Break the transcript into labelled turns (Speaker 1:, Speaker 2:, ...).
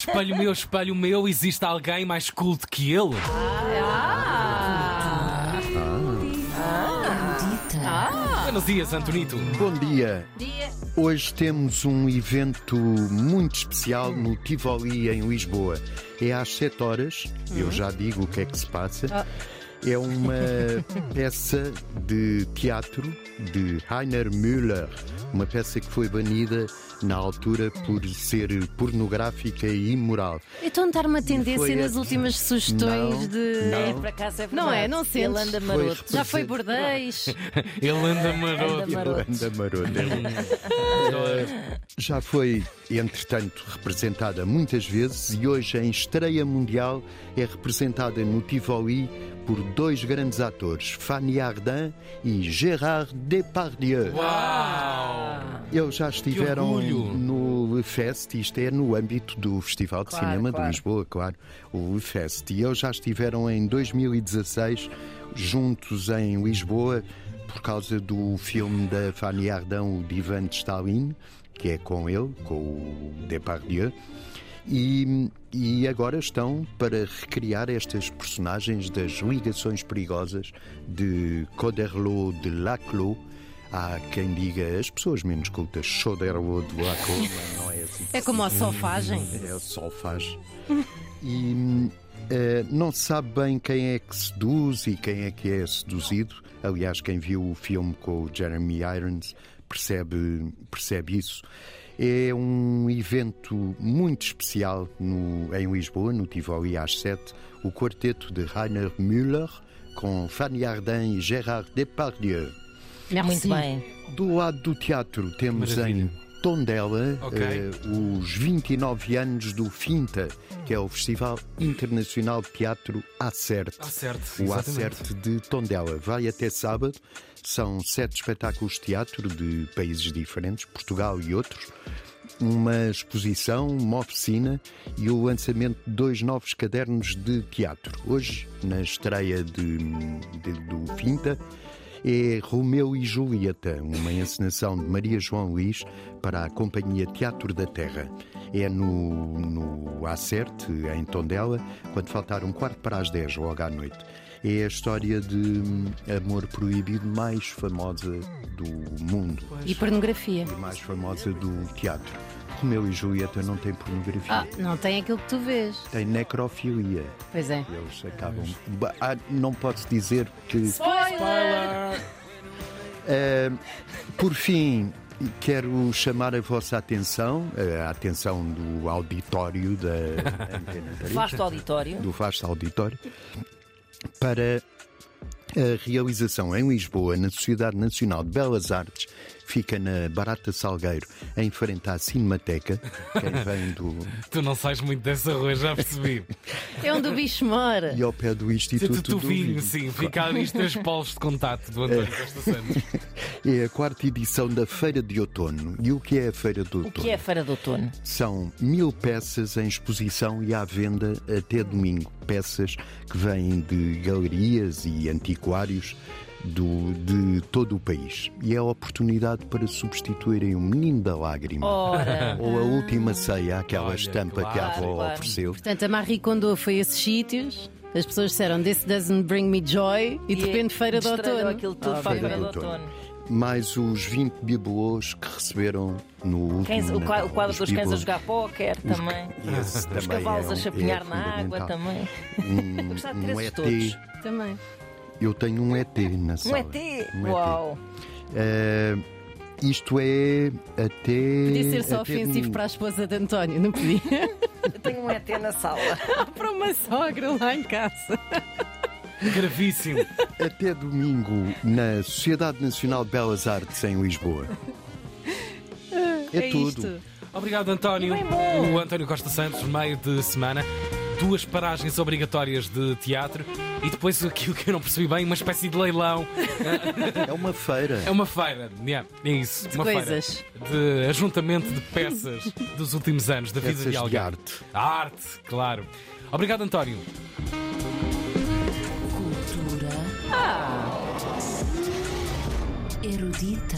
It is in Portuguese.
Speaker 1: Espelho meu, espelho meu, existe alguém mais culto que ele? Buenos dias, Antonito.
Speaker 2: Bom dia. Hoje temos um evento muito especial no Tivoli, em Lisboa. É às 7 horas, eu já digo o que é que se passa. É uma peça de teatro de Rainer Müller, uma peça que foi banida na altura por ser pornográfica e imoral.
Speaker 3: Eu estou Então a notar uma tendência
Speaker 2: Foi
Speaker 3: nas
Speaker 2: a-
Speaker 3: últimas sugestões
Speaker 2: Não,
Speaker 3: de.
Speaker 2: não.
Speaker 4: Por acaso é verdade.
Speaker 3: Não é? Não
Speaker 4: Ele
Speaker 3: sentes?
Speaker 4: anda maroto.
Speaker 2: Foi-
Speaker 3: Já foi bordéis.
Speaker 1: Ele anda maroto.
Speaker 4: Anda maroto.
Speaker 2: Anda maroto. Já foi, entretanto, representada muitas vezes e hoje, em estreia mundial, é representada no Tivoli por dois grandes atores, Fanny Ardant e Gérard Depardieu.
Speaker 1: Uau!
Speaker 2: Eles já estiveram
Speaker 1: orgulho!
Speaker 2: no Fest, isto é no âmbito do Festival de
Speaker 4: Claro,
Speaker 2: Cinema de
Speaker 4: claro.
Speaker 2: Lisboa, claro, o Fest. E eles já estiveram em 2016 juntos em Lisboa por causa do filme da Fanny Ardant, O Divan de Stalin, que é com ele, com o Depardieu. E, e agora estão para recriar estas personagens das ligações perigosas de Coderlo de Laclos. Há quem diga as pessoas menos cultas, Coderlo de Laclos, mas não é assim.
Speaker 3: É como a sofagem.
Speaker 2: É o sol faz. E hum, eh, não se sabe bem quem é que seduz e quem é que é seduzido. Aliás, quem viu o filme com o Jeremy Irons percebe, percebe isso. É um evento muito especial no- em Lisboa, no Tivoli às 7, o quarteto de Rainer Müller com Fanny Ardant e Gérard Depardieu.
Speaker 4: Muito bem.
Speaker 2: Do lado do teatro temos
Speaker 1: Maravilha.
Speaker 2: em Tondela
Speaker 1: Ok.
Speaker 2: eh, os 29 anos do FINTA, que é o Festival Internacional de Teatro Acerte.
Speaker 1: Acerte,
Speaker 2: O
Speaker 1: Ah, exatamente.
Speaker 2: Acerte de Tondela. Vai até sábado, são sete espetáculos de teatro de países diferentes, Portugal e outros. Uma exposição, uma oficina e o lançamento de dois novos cadernos de teatro. Hoje, na estreia de, de- do Finta, é Romeu e Julieta, uma encenação de Maria João Luís para a Companhia Teatro da Terra. É no, no Acerte, em Tondela, quando faltar um quarto para as 10, logo à noite. É a história de hum, amor proibido mais famosa do mundo
Speaker 3: E pornografia.
Speaker 2: e mais famosa do teatro. Romeu e Julieta não têm pornografia,
Speaker 3: Ah, não tem aquilo que tu vês.
Speaker 2: têm necrofilia.
Speaker 3: Pois é.
Speaker 2: Eles acabam. Ba- Ah, não posso dizer que. Por fim, quero chamar a vossa atenção, a atenção do auditório da Antena três,
Speaker 4: Vasto auditório.
Speaker 2: do vasto auditório, para a realização em Lisboa, na Sociedade Nacional de Belas Artes, fica na Barata Salgueiro, em frente à Cinemateca. Quem vem do.
Speaker 1: Tu não sais muito dessa rua, já percebi.
Speaker 3: É onde o bicho mora.
Speaker 2: e ao pé do Instituto
Speaker 1: Tu
Speaker 2: do
Speaker 1: vinho,
Speaker 2: Vinho.
Speaker 1: sim, fica ali os teus polos de contato do António Costa Santos.
Speaker 2: É a quarta edição da Feira de Outono. E o que é a Feira de Outono?
Speaker 4: O que é a Feira do Outono?
Speaker 2: São mil peças em exposição e à venda até domingo. Peças que vêm de galerias e antiquários do- de todo o país. E é a oportunidade para substituírem o Menino da Lágrima.
Speaker 4: Ora.
Speaker 2: Ou a última ceia, aquela
Speaker 1: Olha,
Speaker 2: estampa que a
Speaker 1: claro,
Speaker 2: avó
Speaker 4: claro.
Speaker 2: ofereceu.
Speaker 3: Portanto, a Marie Kondo foi a esses sítios. As pessoas disseram This doesn't bring me joy. E de repente, feira do
Speaker 4: Destruíram
Speaker 3: outono.
Speaker 4: é aquilo tudo
Speaker 3: Ah,
Speaker 4: para a
Speaker 2: Feira
Speaker 4: Feira do
Speaker 2: do
Speaker 4: Outono.
Speaker 2: Mais os 20 bibelôs que receberam no último.
Speaker 4: Cães- é o, qua-
Speaker 2: Natal.
Speaker 4: o quadro
Speaker 2: Os
Speaker 4: dos cães a
Speaker 2: bibelôs.
Speaker 4: jogar póquer também.
Speaker 2: Esse também
Speaker 4: Os cavalos
Speaker 2: é um-
Speaker 4: a chapinhar
Speaker 2: é
Speaker 4: na água
Speaker 2: fundamental.
Speaker 4: também.
Speaker 2: Um,
Speaker 4: Gostava de ter
Speaker 2: um
Speaker 4: esses
Speaker 2: ET.
Speaker 4: todos.
Speaker 3: Também.
Speaker 2: Eu tenho um ET na sala.
Speaker 4: Um ET! Uau!
Speaker 2: Eh, isto é até.
Speaker 3: Podia ser só
Speaker 2: até
Speaker 3: ofensivo
Speaker 2: domingo.
Speaker 3: para a esposa de António, não podia?
Speaker 4: Eu tenho um ET na sala.
Speaker 3: para uma sogra lá em casa.
Speaker 1: É. Gravíssimo.
Speaker 2: Até domingo na Sociedade Nacional de Belas Artes em Lisboa. É, tudo.
Speaker 3: isto.
Speaker 1: Obrigado, António.
Speaker 4: Bem bom.
Speaker 1: O António Costa Santos, meio de semana. Duas paragens obrigatórias de teatro e depois aquilo que eu não percebi bem, uma espécie de leilão.
Speaker 2: É uma feira.
Speaker 1: É uma feira, yeah, é isso.
Speaker 3: De
Speaker 1: uma
Speaker 3: coisas.
Speaker 1: feira de ajuntamento de peças dos últimos anos da vida
Speaker 2: Peças
Speaker 1: de
Speaker 2: de
Speaker 1: alguém.
Speaker 2: arte.
Speaker 1: A arte, claro. Obrigado, António.
Speaker 5: Cultura. Erudita.